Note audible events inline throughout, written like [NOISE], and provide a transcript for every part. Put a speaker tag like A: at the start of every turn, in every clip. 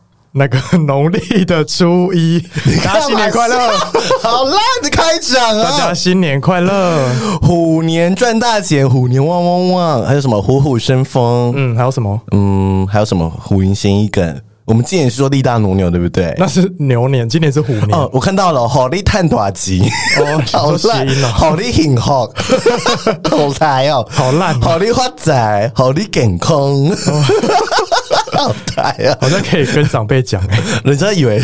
A: [LAUGHS] 那个农历的初一，大家新年快
B: 啊
A: 乐！
B: [LAUGHS] 好烂的开场啊
A: 大家！新年快乐！
B: 虎年赚大钱，虎年旺旺旺，还有什么虎虎生风？
A: 嗯，还有什么？
B: 嗯，还有什么虎迎先一梗？我们之前也说力大如牛，对不对？
A: 那是牛年，今年是虎年。
B: 哦，我看到了，好力探短集，
A: 哦，
B: 好
A: 你 [LAUGHS] 说谐
B: 烂
A: 音，哦，
B: 好力很好，
A: [LAUGHS]
B: 好台哦，
A: 好烂哦
B: 好力发财，好力健康，好台啊！
A: 好像可以跟长辈讲，哎
B: 人家以为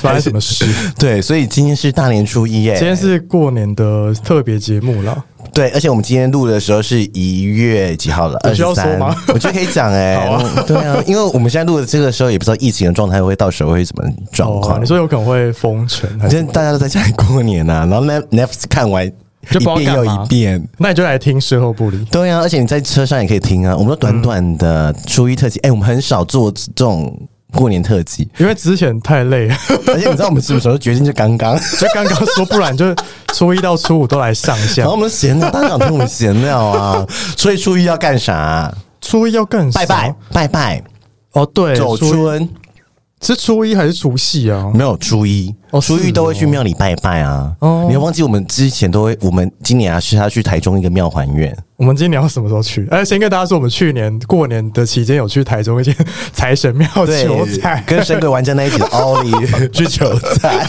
A: 发生什么事？
B: [LAUGHS] 对，所以今天是大年初一耶。
A: 今天是过年的特别节目啦。
B: 对，而且我们今天录的时候是一月几号了？
A: 有
B: 二
A: 需
B: 十
A: 要说
B: 三
A: 吗，
B: [LAUGHS] 我觉得可以讲哎、
A: [LAUGHS] 好啊
B: 嗯对啊，因为我们现在录的这个时候也不知道疫情的状态会到时候会怎么状
A: 哦，
B: 况。
A: 你说有可能会封城，还
B: 今
A: 是
B: 天大家都在家里过年啊，然后 Net Netflix 看完
A: 就不知
B: 一
A: 道
B: 遍
A: 干
B: 又
A: 嘛
B: 一遍。
A: [LAUGHS] 那你就来听事后不理。
B: 对啊，而且你在车上也可以听啊。我们都短短
A: 嗯，
B: 的初一特辑，哎、我们很少做这种过年特辑
A: 因为之前太累 [LAUGHS] 了，
B: 而且你知道我们是不是决定就刚刚，
A: 就刚刚说，不然就初一到初五都来上下
B: 然后。我们闲聊，大家想听我们闲
A: [LAUGHS]
B: 聊啊。所以初一要干啥、
A: 初一要干什
B: 拜
A: 么？
B: 拜拜拜，
A: 哦，对，
B: 走
A: 初一
B: 春
A: 是初一还是除夕啊？
B: 没有初一
A: 哦，
B: 初
A: 是
B: 一
A: 哦
B: 都会去庙里拜拜啊
A: 哦。
B: 你要忘记我们之前都会，我们今年啊是要去台中一个庙还愿，
A: 我们今年要什么时候去？哎，先跟大家说，我们去年过年的期间有去台中一间财神庙
B: 对
A: 求财，，
B: 跟神鬼玩家那
A: [LAUGHS]
B: 一起的奥利去求财。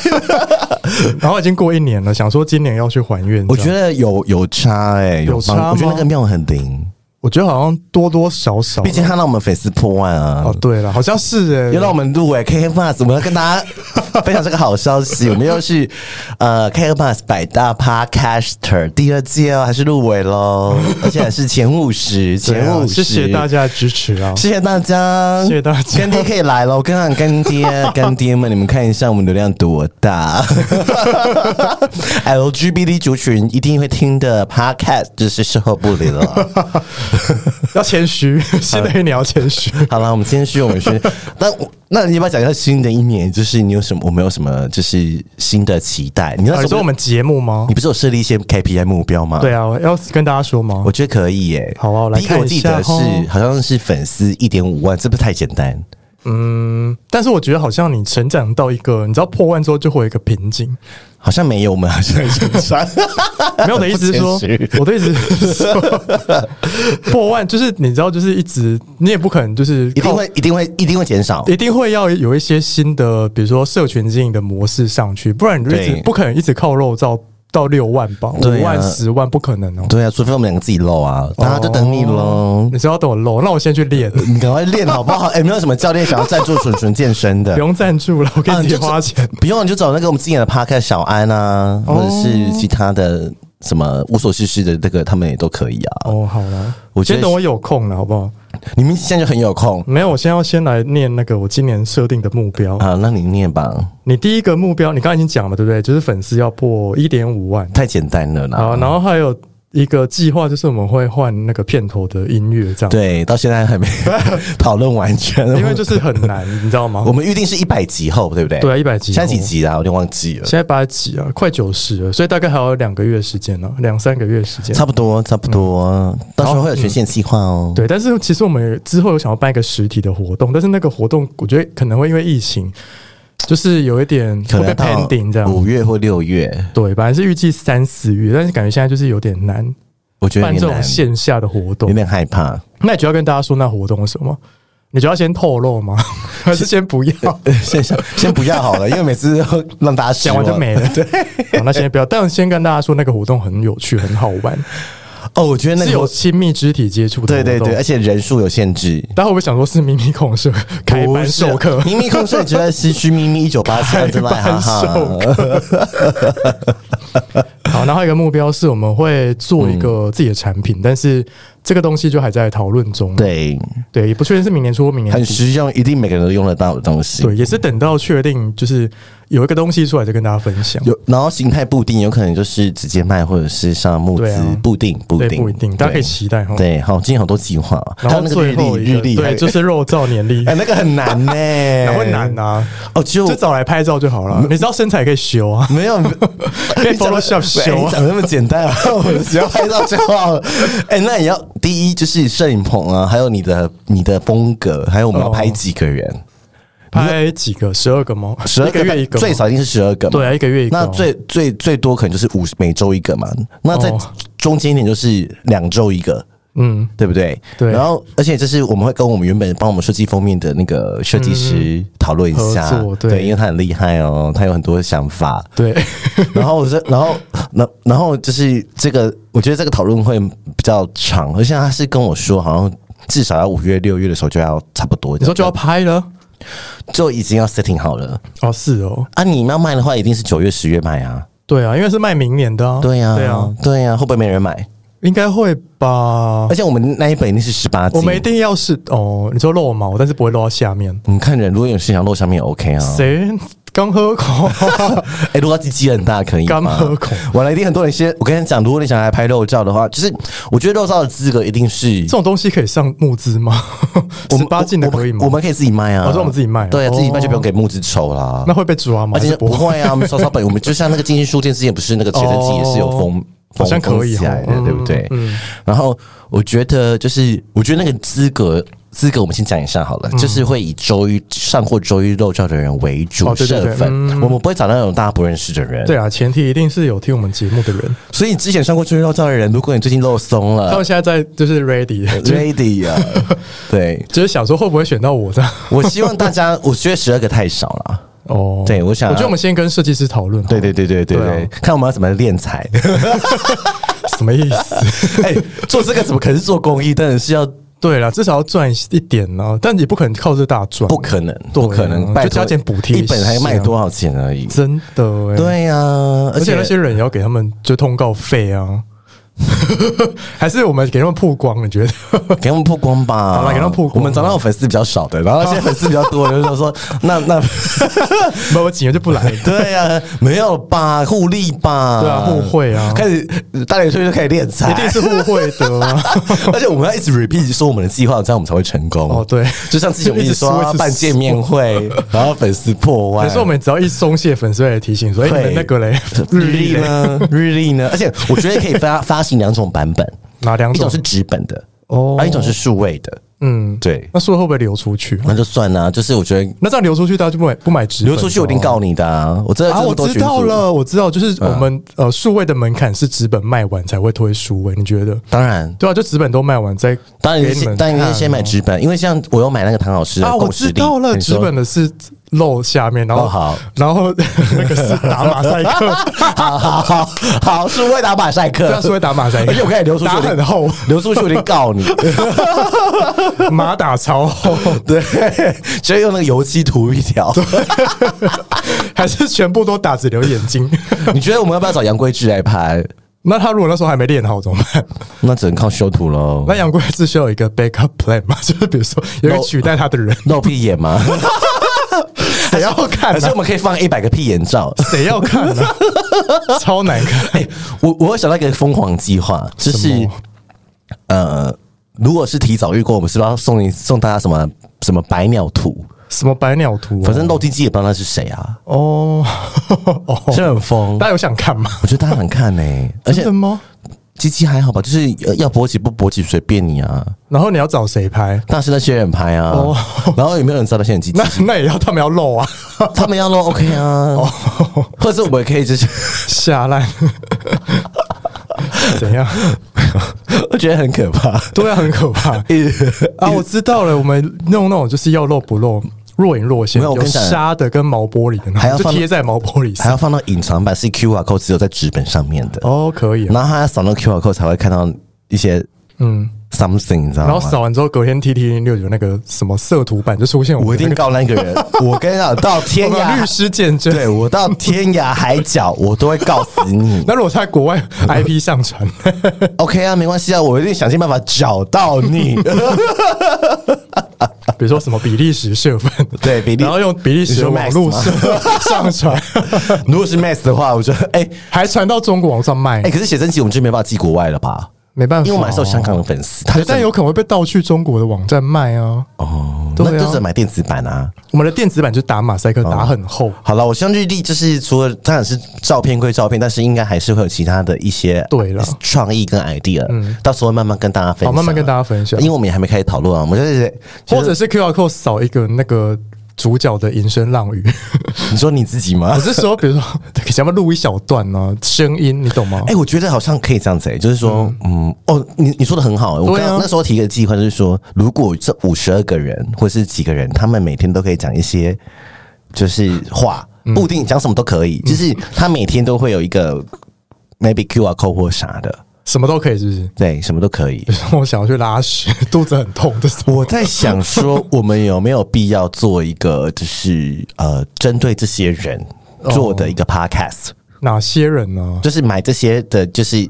A: [LAUGHS] 然后已经过一年了，想说今年要去还愿。
B: 我
A: 这
B: 觉
A: 样
B: 得有有差哎，
A: 有
B: 帮
A: 差
B: 我觉得
A: 吗
B: 那个庙很灵。
A: 我觉得好像多多少少，
B: 毕竟他让我们粉丝破万啊
A: 哦，，对了，好像是哎、
B: 又让我们入围 KK Bus，我们要跟
A: [LAUGHS]
B: 大家分享这个好消息，我们又是呃 KK Bus 百大 Podcaster 第二届哦，还是入围
A: [LAUGHS]
B: 喽，而且还是前五十，
A: 对
B: 前
A: 啊
B: 五十，
A: 谢谢大。家的支持啊！
B: 谢谢大家，
A: 谢谢大家
B: 干爹可以来了，我跟上干爹，干爹们，你们看一下我们流量多大
A: [LAUGHS]
B: [LAUGHS] ，LGBT 族群一定会听的 podcast，就是事后不理了。
A: 要谦 [LAUGHS] 虚，新的一年要谦虚。
B: [LAUGHS] 好了，我们谦虚，我
A: [LAUGHS]
B: 们虚。那我那你要不要讲一下新的一年？就是你有什么？我们有什么？就是新的期待？你那
A: 啊
B: 时
A: 你
B: 候
A: 说我们节目吗
B: 你？不是有设立一些 KPI 目标吗？
A: 对，啊，我要跟大家说吗
B: 我？觉得可以耶。
A: 好啊我来
B: 第一个我
A: 看一
B: 记
A: 下
B: 得是
A: 哦
B: 好像是粉丝一点五万，这不是太简单？
A: 嗯，但是我觉得好像你成长到一个，你知道破万之后就会有一个瓶颈。
B: 好像没有，我们好像
A: [LAUGHS]
B: 很算。
A: 没有我的意思是说 [LAUGHS]
B: 不谦，
A: 我的意思是说， [LAUGHS] 破万就是你知道，就是一直你也不可能就是
B: 一定
A: 靠
B: 会，一定会，一定会减少。
A: 一定会要有一些新的，比如说社群经营的模式上去，不然你就一直
B: 对
A: 不可能一直靠肉照到六万吧，
B: 对
A: 五
B: 啊
A: 万、十万不可能哦。
B: 对啊，除非我们两个自己漏啊，大家就等你喽
A: 哦。你是要等我露，那我先去练，不
B: 你赶快练好不好？哎、没有什么教练想要赞助纯纯健身的，
A: 用赞助了，我给
B: 啊
A: 你
B: 你
A: 自己
B: 就
A: 花钱。
B: 不用，你就找那个我们之前的 p a r k 小安啊，
A: 哦
B: 或者是其他的什么无所事事的这个，他们也都可以啊。
A: 哦，好了，
B: 我觉
A: 先
B: 得
A: 等我哦有空了，好不好？
B: 你们现在就很有空
A: 没有，我先要先来念那个我今年设定的目标。
B: 啊，那你念吧，
A: 你第一个目标，你刚才已经讲了，对不对？就是粉丝要破一点五万。
B: 太简单了啦。
A: 好，然后还有一个计划，就是我们会换那个片头的音乐，这样。，
B: 对，到现在还没 [LAUGHS] 讨论完全，
A: 因为就是很难，你知道吗
B: 我？们预定是一百集后，对不对？
A: 对啊，，一百集，
B: 现在几？集啦？我有点忘记了
A: 现，在八集啊，快九十了，所以大概还有两个月时间呢、两三个月时间。
B: 差不多，差不
A: 嗯
B: 多，到时候会有权限计划哦。
A: 对，但是其实我们之后有想要办一个实体的活动，但是那个活动我觉得可能会因为疫情，就是有一点
B: 可
A: 会被
B: 能到
A: pending 这样。
B: 五月或六月，
A: 对，本来是预计三四月，但是感觉现在就是有点难
B: 我觉得
A: 办
B: 有
A: 这
B: 点
A: 种
B: 难，
A: 线下的活
B: 有
A: 动。
B: 点害怕。 [LAUGHS]
A: 那你就要跟大家说那活动是什么？你就要先透露
B: [LAUGHS]
A: 吗？还是先不要？
B: 先先不要好了，因为每次都让大家失
A: 讲完就
B: 望
A: 没
B: [LAUGHS]
A: 了。对，好，那先不要。但先跟大家说，那个活动很有趣，很好玩，
B: 哦，我觉得那
A: 是
B: 个
A: 有亲密肢体接触的
B: 对
A: 活动。
B: 对对，而且人数有限制。
A: 大家会不会想说是秘密控社开班授 [LAUGHS] 课
B: 不？是咪咪控社只在西区咪咪一九八
A: [LAUGHS]
B: 三，真的哈哈。嗯
A: 好，然后还有一个目标是我们会做一个自己的产品，但是这个东西就还在讨论中。
B: 对，
A: 对，也不确定是明年初或明年
B: 很
A: 底。
B: 实用，一定每个人都用得到的东西。
A: 对，也啊是等到确定就是有一个东西出来再跟大家分享。
B: 有，然后形态不一定，有可能就是直接卖，或者是像募资
A: 对啊，
B: 不一定，不一
A: 对，
B: 定，
A: 不一定，大家可以
B: 对
A: 期待哈。
B: 对，好，今天好多计划哦，
A: 然
B: 还有
A: 后
B: 那个日
A: 最
B: 历
A: 后，一
B: 日
A: 个，
B: 历，还
A: 对，
B: 有
A: 就是肉燥年历，
B: [LAUGHS] 哎，那个很难
A: [LAUGHS]
B: 呢，
A: 哪会难啊？
B: 哦，就
A: 就找来拍照就好
B: 嗯
A: 了。你知道身材可以修啊，[LAUGHS]
B: 没有，哎
A: 可以
B: 你讲得
A: Photoshop
B: 喂
A: 修
B: 你
A: 啊。
B: 讲得那么简
A: [LAUGHS]
B: 单啊，我只要拍照就好了。哎、那也要第一就是摄影棚啊，还有你的你的风格，还有我们要
A: 哦
B: 拍几个人，
A: 拍几个？十二个吗？
B: 嗯十二、
A: 一个月一个吗，
B: 最少一定是十二个嘛。
A: 对啊，一个月一个
B: 那
A: 哦。
B: 最最最多可能就是五每周一个嘛，那在
A: 哦
B: 中间一点就是两周一个，
A: 嗯，
B: 对不对？
A: 对
B: 然后，而且就是我们会跟我们原本帮我们设计封面的那个设计师讨论一
A: 嗯
B: 下
A: 合作，对
B: 因为他很厉害哦，他有很多想法。 [LAUGHS]
A: 对， [LAUGHS]
B: 然后我说，然后，然然后就是这个，我觉得这个讨论会比较长，而且他是跟我说，好像至少要五月、六月的时候就要差不多，
A: 你说就要拍了？
B: 就已经要 setting 好了
A: 哦，是哦，
B: 啊！你要卖的话，一定是九月、十月卖啊。
A: 对啊，因为是卖明年的啊。
B: 对呀、
A: 对啊，，
B: 对呀、会不会没人买？
A: 应该会吧
B: 而。且我们那一本一定是十八
A: 我
B: 斤，
A: 们一定要是哦，你说露毛，但是不会露到下面。
B: 你看人，如果有市场露上面也 OK 啊。
A: 谁刚喝口？
B: [LAUGHS] 哎、如果鸡鸡很大，可以吗
A: 干喝口
B: 完了，一定很多人先。 [LAUGHS] 我跟你讲，如果你想来拍肉照的话，就是我觉得肉照的资格一定是
A: 这种东西可以上募资吗？
B: 嗯我
A: 十
B: 们
A: 八禁的可以吗？
B: 我们可以自己卖啊，
A: 哦这我们自己卖啊
B: 对啊，
A: 哦
B: 自己卖就不用给木子抽啦
A: 那。会被抓吗？
B: 而
A: 还
B: 且
A: 是
B: 不
A: 不会。
B: 会啊，我们烧烧本，我们 [LAUGHS] 就像那个金星书店之前不是那个写真集也是有封
A: 哦好
B: 封
A: 像可以
B: 封起来的，
A: 哦
B: 对不对？
A: 嗯
B: 然后我觉得就是，我觉得那个资格。资格我们先讲一下好了，
A: 嗯
B: 就是会以周一上过周一肉照的人为主
A: 哦对对对
B: 社粉，
A: 嗯
B: 我们不会找那种大家不认识的人。
A: 对啊，前提一定是有听我们节目的人，
B: 所以之前上过周一肉照的人，如果你最近肉松
A: 他
B: 了
A: 们现在在就是 ready，就是
B: [LAUGHS]
A: [LAUGHS]
B: ，ready 啊，对，
A: 就是想说会不会选到我这样。
B: 我希望大家，我觉得十二个太少了。
A: 哦，
B: 对我想
A: 我觉得我们先跟设计师讨论好了，
B: 对对对对对
A: 哦对
B: 对
A: 啊，
B: 看我们要怎么
A: [LAUGHS]
B: 练财。
A: 什么意
B: [LAUGHS]
A: 思？
B: 哎，做这个怎么可能是做公益？当然是要
A: 对啦，至少要赚一点呢、但也不可能靠这大赚，
B: 不可能，
A: 对啊
B: 不可能，拜
A: 就
B: 托
A: 加点补贴
B: 一本还卖多少钱而已。
A: 真的哎、
B: 对呀，而
A: 而且
B: 且
A: 那些人也要给他们就通告费啊， [LAUGHS] 还是我们给他们曝光？你觉得？ [LAUGHS]
B: 给他们曝光吧，
A: 好啦给他们曝光
B: 我们找到粉丝比较少的，然后现在粉丝比较
A: [LAUGHS]
B: 多，就是说那那。
A: 没有，我几年就不来了
B: [LAUGHS] 对呀，没有吧，互利吧，
A: 对啊互惠啊
B: 开始大脸吹就可以练财，
A: 一定是互惠的、啊，
B: 而且我们要一直 repeat 说我们的计划，这样我们才会成功。
A: 哦对
B: 就像之前我们一直说
A: 一直说
B: 要办见面
A: [LAUGHS]
B: 会，然后粉丝破万，
A: 可是我们只要一松懈，粉丝会来提醒说：“哎、你
B: 对
A: 们那个
B: [LAUGHS]
A: 嘞，
B: 日历
A: 嘞，
B: 呢？日历呢？而且我觉得可以发发行两种版
A: [LAUGHS]
B: 本，
A: 哪两
B: 一
A: 种
B: 种是纸本的，
A: 哦
B: 啊，一种是数位的，
A: 嗯，
B: 对。
A: 那说会不会流出去？
B: 那就算啦、就是我觉得
A: 那这样流出去，大家就不买不买纸本
B: 流出去我一定
A: 了
B: 告你的啊！我真的
A: 啊，
B: 这
A: 我
B: 么多
A: 知
B: 群
A: 道
B: 主，
A: 了，我知道，就是我们、
B: 啊
A: 呃数位的门槛是纸本卖完才会推数位，你觉得？
B: 当然，
A: 对啊，就纸本都卖完再
B: 当然
A: 给
B: 是
A: 你们
B: 先，当然
A: 看
B: 是先买纸本，因为像我有买那个唐老师的
A: 啊，我
B: 共
A: 知
B: 识力
A: 道了，
B: 你说
A: 纸本的是露下面，然后、
B: 哦好
A: 然后 [LAUGHS] 那个是打马赛
B: [LAUGHS]
A: 克，
B: [LAUGHS] 好好好好，是为打马赛克，
A: 对啊，是会打马赛克，
B: 而且我看你流出去
A: 打
B: 我
A: 很
B: 就
A: 厚， [LAUGHS]
B: 流出去我一定告你。
A: 马打超厚，
B: 对，直接用那个油漆涂一条。
A: 还是全部都打只留眼睛。
B: 你觉得我们要不要找杨贵志来拍？
A: 那他如果那时候还没练好怎么
B: [LAUGHS]
A: 办？
B: 那只能靠修图喽
A: 那。杨贵志需要有一个 backup plan 嘛， [LAUGHS] 就是比如说有一个取代他的人，
B: 露屁眼 [LAUGHS] 吗？
A: 谁要看
B: 可是
A: 呢、
B: 我们可以放一百个屁眼照。
A: [LAUGHS] 谁要看呢、
B: [LAUGHS]
A: 超难看。
B: 哎、我我有想到一个疯狂计划，就
A: 什
B: 是
A: 么
B: 呃，如果是提早遇过，我们是不是要送你送大家什么什么百鸟图？
A: 什么百鸟图、哦？
B: 反正露鸡鸡也不知道那是谁啊， [LAUGHS]
A: 哦
B: 是
A: 哦，
B: 很疯
A: 大。家有想看吗？
B: 我觉得大家很看呢、 [LAUGHS] 而且
A: 真的吗？
B: 鸡鸡还好吧，就是呃要勃起不勃起随便你啊，
A: 然后你要找谁拍？
B: 但是那些人拍啊，
A: 哦
B: 然后有没有人知道那些人鸡鸡 [LAUGHS]
A: 那？那也要他们要露啊，
B: 他们要弄 OK 啊，或者是我们也可以就是，
A: 下烂。 [LAUGHS] 怎样？
B: 我觉得很可 [LAUGHS] 怕。
A: 对啊，很可怕
B: 哎
A: 啊！我知道了，我们弄那种就是要露不露，若隐若现，
B: 没有我
A: 有
B: 跟你讲
A: 纱的跟毛玻璃的那种，
B: 还要
A: 就
B: 放
A: 贴在毛玻璃
B: 还
A: 上。
B: 要放到隐藏版是 QR code，只有在纸本上面的，
A: 哦，可以啊，
B: 然后他要扫那个 QR code 才会看到一些
A: 嗯，
B: something，你知道
A: 然后？
B: 吗
A: 扫完之后，隔天 T T 零六有那个什么色图版就出现
B: 我
A: 我
B: 一定
A: 搞
B: 告那个
A: [LAUGHS]
B: 人，我跟你讲，到天
A: 我们律
B: 涯，
A: 师见证。
B: 对我到天涯海角，我都会告死你。
A: 那如果在国
B: [LAUGHS]
A: 外 IP 上传，
B: OK 啊，没关系啊，我一定想尽办法找
A: [LAUGHS]
B: 到你。
A: 比如说什么比利时社粉，
B: 对比利
A: 然后用比利时的网络
B: 你
A: 社 [LAUGHS]
B: 说
A: 上
B: [LAUGHS]
A: 传，
B: 如果是 Max 的话，我觉得，哎、
A: 还传到中国网上卖
B: 哎、，可是写真集我们就没办法寄国外了吧？
A: 没办法，
B: 因为我们还是有香港的粉丝，他
A: 对，
B: 就
A: 但
B: 是
A: 有可能会被盗去中国的网站卖啊。哦，
B: 那
A: 对
B: 就
A: 啊
B: 是，买电子版啊。
A: 我们的电子版就打马赛
B: 哦
A: 克打很厚，
B: 好了，我相信日历就是除了当然是照片归照片，但是应该还是会有其他的一些
A: 对了
B: 创意跟 idea，到时候慢慢跟大家分享，
A: 好慢慢跟大家分享
B: 因为我们也还没开始讨论啊，我们就是
A: 或者是 QR code 扫一个那个主角的银声浪语。
B: 你说你自己吗
A: 我？是说，比如 [LAUGHS] 说，想要录一小段呢、声音，你懂吗？
B: 哎、我觉得好像可以这样子、欸，就是说，嗯，哦，你你说的很好、欸，我
A: 对
B: 刚
A: 啊
B: 刚那时候提个计划，就是说，如果这五十二个人或是几个人，他们每天都可以讲一些就是话，
A: 嗯
B: 不一定讲什么都可以，就是他每天都会有一个 maybe QR code 或啥的，
A: 什么都可以，是不 [LAUGHS] 是？
B: 对，什么都可以
A: 比。如说，我想要去拉屎， [LAUGHS] 肚子很痛这种。 [LAUGHS]
B: 我在想说，我们有没有必要做一个，就是呃，针对这些人
A: 哦
B: 做的一个 podcast？、
A: 哪些人啊呢？
B: 就是买这些的，就是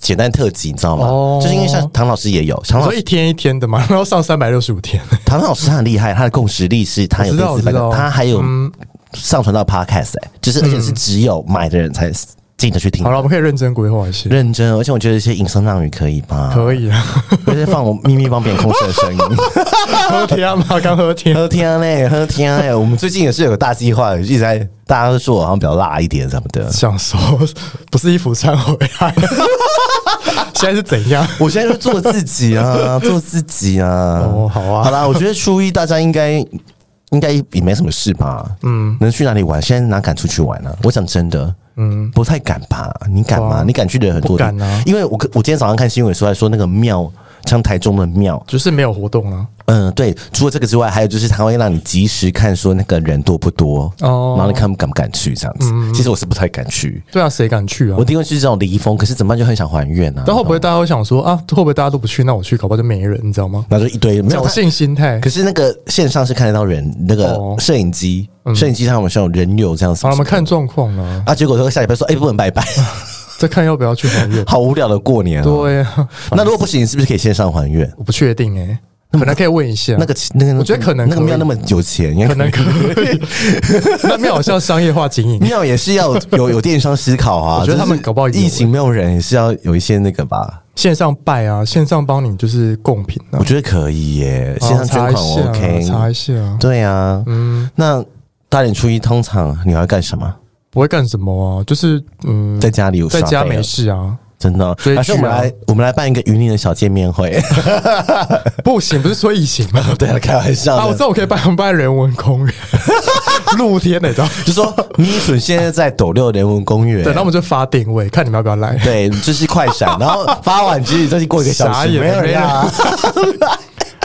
B: 简单特辑，你知道吗？
A: 哦
B: 就是因为像唐老师也有，唐
A: 你
B: 老
A: 说
B: 师
A: 一天一天的嘛， [LAUGHS] 然后上三百六十五天，
B: 唐老师他很厉害，他的共识力是他有
A: 我知道
B: 电子版的
A: 我知道嗯
B: 他还有上传到 podcast，、欸、就是而且是只有买的人才进得去听
A: 好。了，我们可以认真规划一些，
B: 认真，而且我觉得一些隐声浪语可以吧，
A: 可以啊。
B: 而且放我咪咪帮别人控制的声音。
A: [LAUGHS] 喝天嘛，刚喝天，
B: 喝天嘞，喝天嘞！我们最近也是有个大计划，一直在大家都说我好像比较辣一点什么的。
A: 想说不是衣服穿回来， [LAUGHS] 现在是怎样？
B: 我现在就做自己
A: [LAUGHS]
B: 啊，做自己啊。
A: 哦好啊
B: 好啦，我觉得初一大家应该应该也没什么事吧？嗯，能去哪里玩？现在哪敢出去玩啊？我讲真的，嗯，不太敢吧？你敢吗？
A: 哇
B: 你敢去的人很多地，
A: 不敢啊
B: 因为我我今天早上看新闻说，还说那个庙，像台中的庙，
A: 就是没有活动啊了、
B: 嗯，对，除了这个之外，还有就是它会让你及时看说那个人多不多，
A: 哦嗯
B: 然后你看敢不敢去这样子。其实我是不太敢去。
A: 对啊，谁敢去啊
B: 我？第一个去这种离峰，可是怎么办就很想还愿啊，
A: 但会不会大家会想说啊？会不会大家都不去？那我去，搞不好就没人，你知道吗？
B: 那就一堆没有
A: 侥
B: 他
A: 幸心态
B: 可。是那个线上是看得到人，那个
A: 哦
B: 摄影机，摄、影机上我们是有人流这样子。
A: 好了，我们看状况啊，
B: 啊，结果说下礼拜说，哎、不能
A: [LAUGHS]
B: 拜拜，
A: 再看要不要去还愿。
B: 好无聊的过年、哦。
A: 对啊，
B: 那如果不行，是不是可以线上还愿？
A: 我不确定哎、可能可以问一下
B: 那个那个，
A: 我觉得可能
B: 那个
A: 可以
B: 庙那么有钱，应该
A: [LAUGHS] 可能可以。 [LAUGHS] 那庙好像商业化经
B: [LAUGHS]
A: 营，
B: 庙也是要有 [LAUGHS] 有电商思考啊。
A: 我觉得他们
B: 就是
A: 搞不好有
B: 疫情没有人，也是要有一些那个吧。
A: 线上拜啊，线上帮你就是贡品啊
B: 我，觉得可以耶，线上捐
A: 哦查
B: 款
A: 一
B: 我
A: 下，
B: OK。
A: 查一下，
B: 对啊，嗯，那大年初一通常你要干什么？
A: 不会干什么啊，就是嗯，
B: 在家里有
A: 在家
B: 耍废
A: 没
B: 了
A: 事啊，
B: 真的哦，
A: 追剧啊
B: 还是我们来我们来办一个云林的小见面会？ [LAUGHS]
A: 不行，不是说疫情吗？ [LAUGHS]
B: 对啊，开
A: 啊，
B: 玩
A: 我
B: 笑
A: 知
B: 的。
A: 道我可以办我办人文 [LAUGHS] 公园，露天的，你知道？
B: 就说咪笋现在在斗六人文公园
A: 对，，那我们就发定位，看你们要不要来。
B: 对，就是快
A: [LAUGHS]
B: 闪，然后发完之后再去过一个小
A: 傻
B: 时，
A: 眼
B: 没有人啊，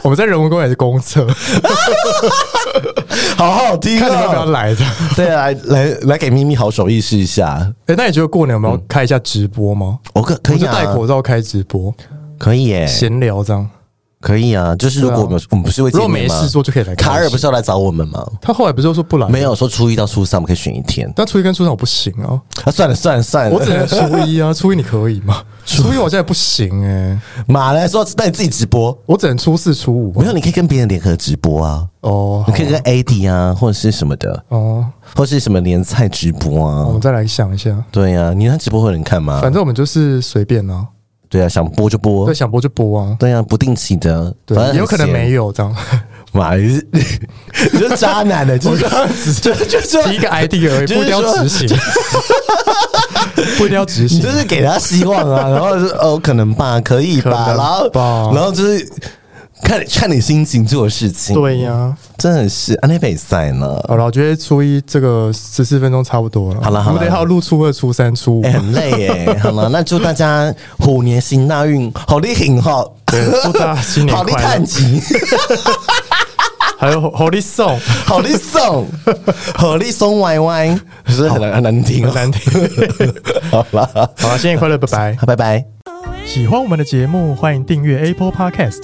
A: 我们在人文公园是公厕，
B: [LAUGHS] 好好听
A: 看你们要不要
B: 啊！
A: [LAUGHS] 来的。
B: 对啊，来来来，给咪咪好手艺试一下，
A: 哎、那你觉得过年我们要开一下直播吗？
B: 我可可
A: 我
B: 以
A: 就
B: 啊
A: 戴，口罩开直播，
B: 可以耶，
A: 闲聊这样。
B: 可以啊。就是如果我们我们不是会
A: 如果
B: 见面
A: 没
B: 吗
A: 事做，嗯就可以来。
B: 卡尔不，是要来找我们吗？
A: 他后来不是又说不来？
B: 没，有说初一到初三我们可以选一天
A: 但初一跟初三我不行啊，
B: 啊！算了算了算了，
A: 我只能初一啊。初一你可以
B: [LAUGHS]
A: 吗？初一我现在不行哎、
B: 马来说，那你自己直播。
A: 我只能初四、初五
B: 没有，你可以跟别人联合直播啊，
A: 哦。
B: 你可嗯以跟 AD 啊，或者是什么的，
A: 哦，
B: 或是什么联赛直播
A: 我
B: 啊
A: 们。再来想一下，
B: 对呀、啊，你看直播会有人看吗
A: 哦反？正我们就是随便啊，
B: 对啊，想播就播
A: 对，。想播就播啊。
B: 对啊，不定期的，
A: 对
B: 反正，很
A: 也有可能
B: 闲
A: 没。有这
B: [LAUGHS]
A: 样，
B: 妈，你是 [LAUGHS] 你是渣男的，就是就就就
A: 提一个 ID 而已，
B: 就是
A: 不一定要
B: 说
A: 执
B: [LAUGHS]
A: 行，不一定要执
B: 你
A: 行
B: 就。是给他希望 [LAUGHS] 啊，然后就是哦，可能吧，可以
A: 可
B: 吧，
A: 能
B: 然后
A: 吧
B: 然后就是看看你心情做事情。，
A: 对呀，
B: 真的是啊安内北赛呢，
A: 好了，我觉得初一这个十四分钟差不多了。
B: 好了好了
A: 我们得还要录初二、初三、初五
B: 哎、。很累耶、 [LAUGHS] 好了，那祝大家虎年行大运，好厉害哈，
A: 对，祝大家新年
B: 好厉
A: 快
B: 探
A: 乐！
B: [LAUGHS] 吉。
A: 还有 Holy Song，
B: 好利送，好利送歪歪，是很难很难听、啊
A: 很难听。
B: [LAUGHS] 好了，
A: 好了，新年快乐，拜拜。
B: 拜拜。
C: I
A: 喜欢我们的节目，欢迎订阅 Apple Podcast，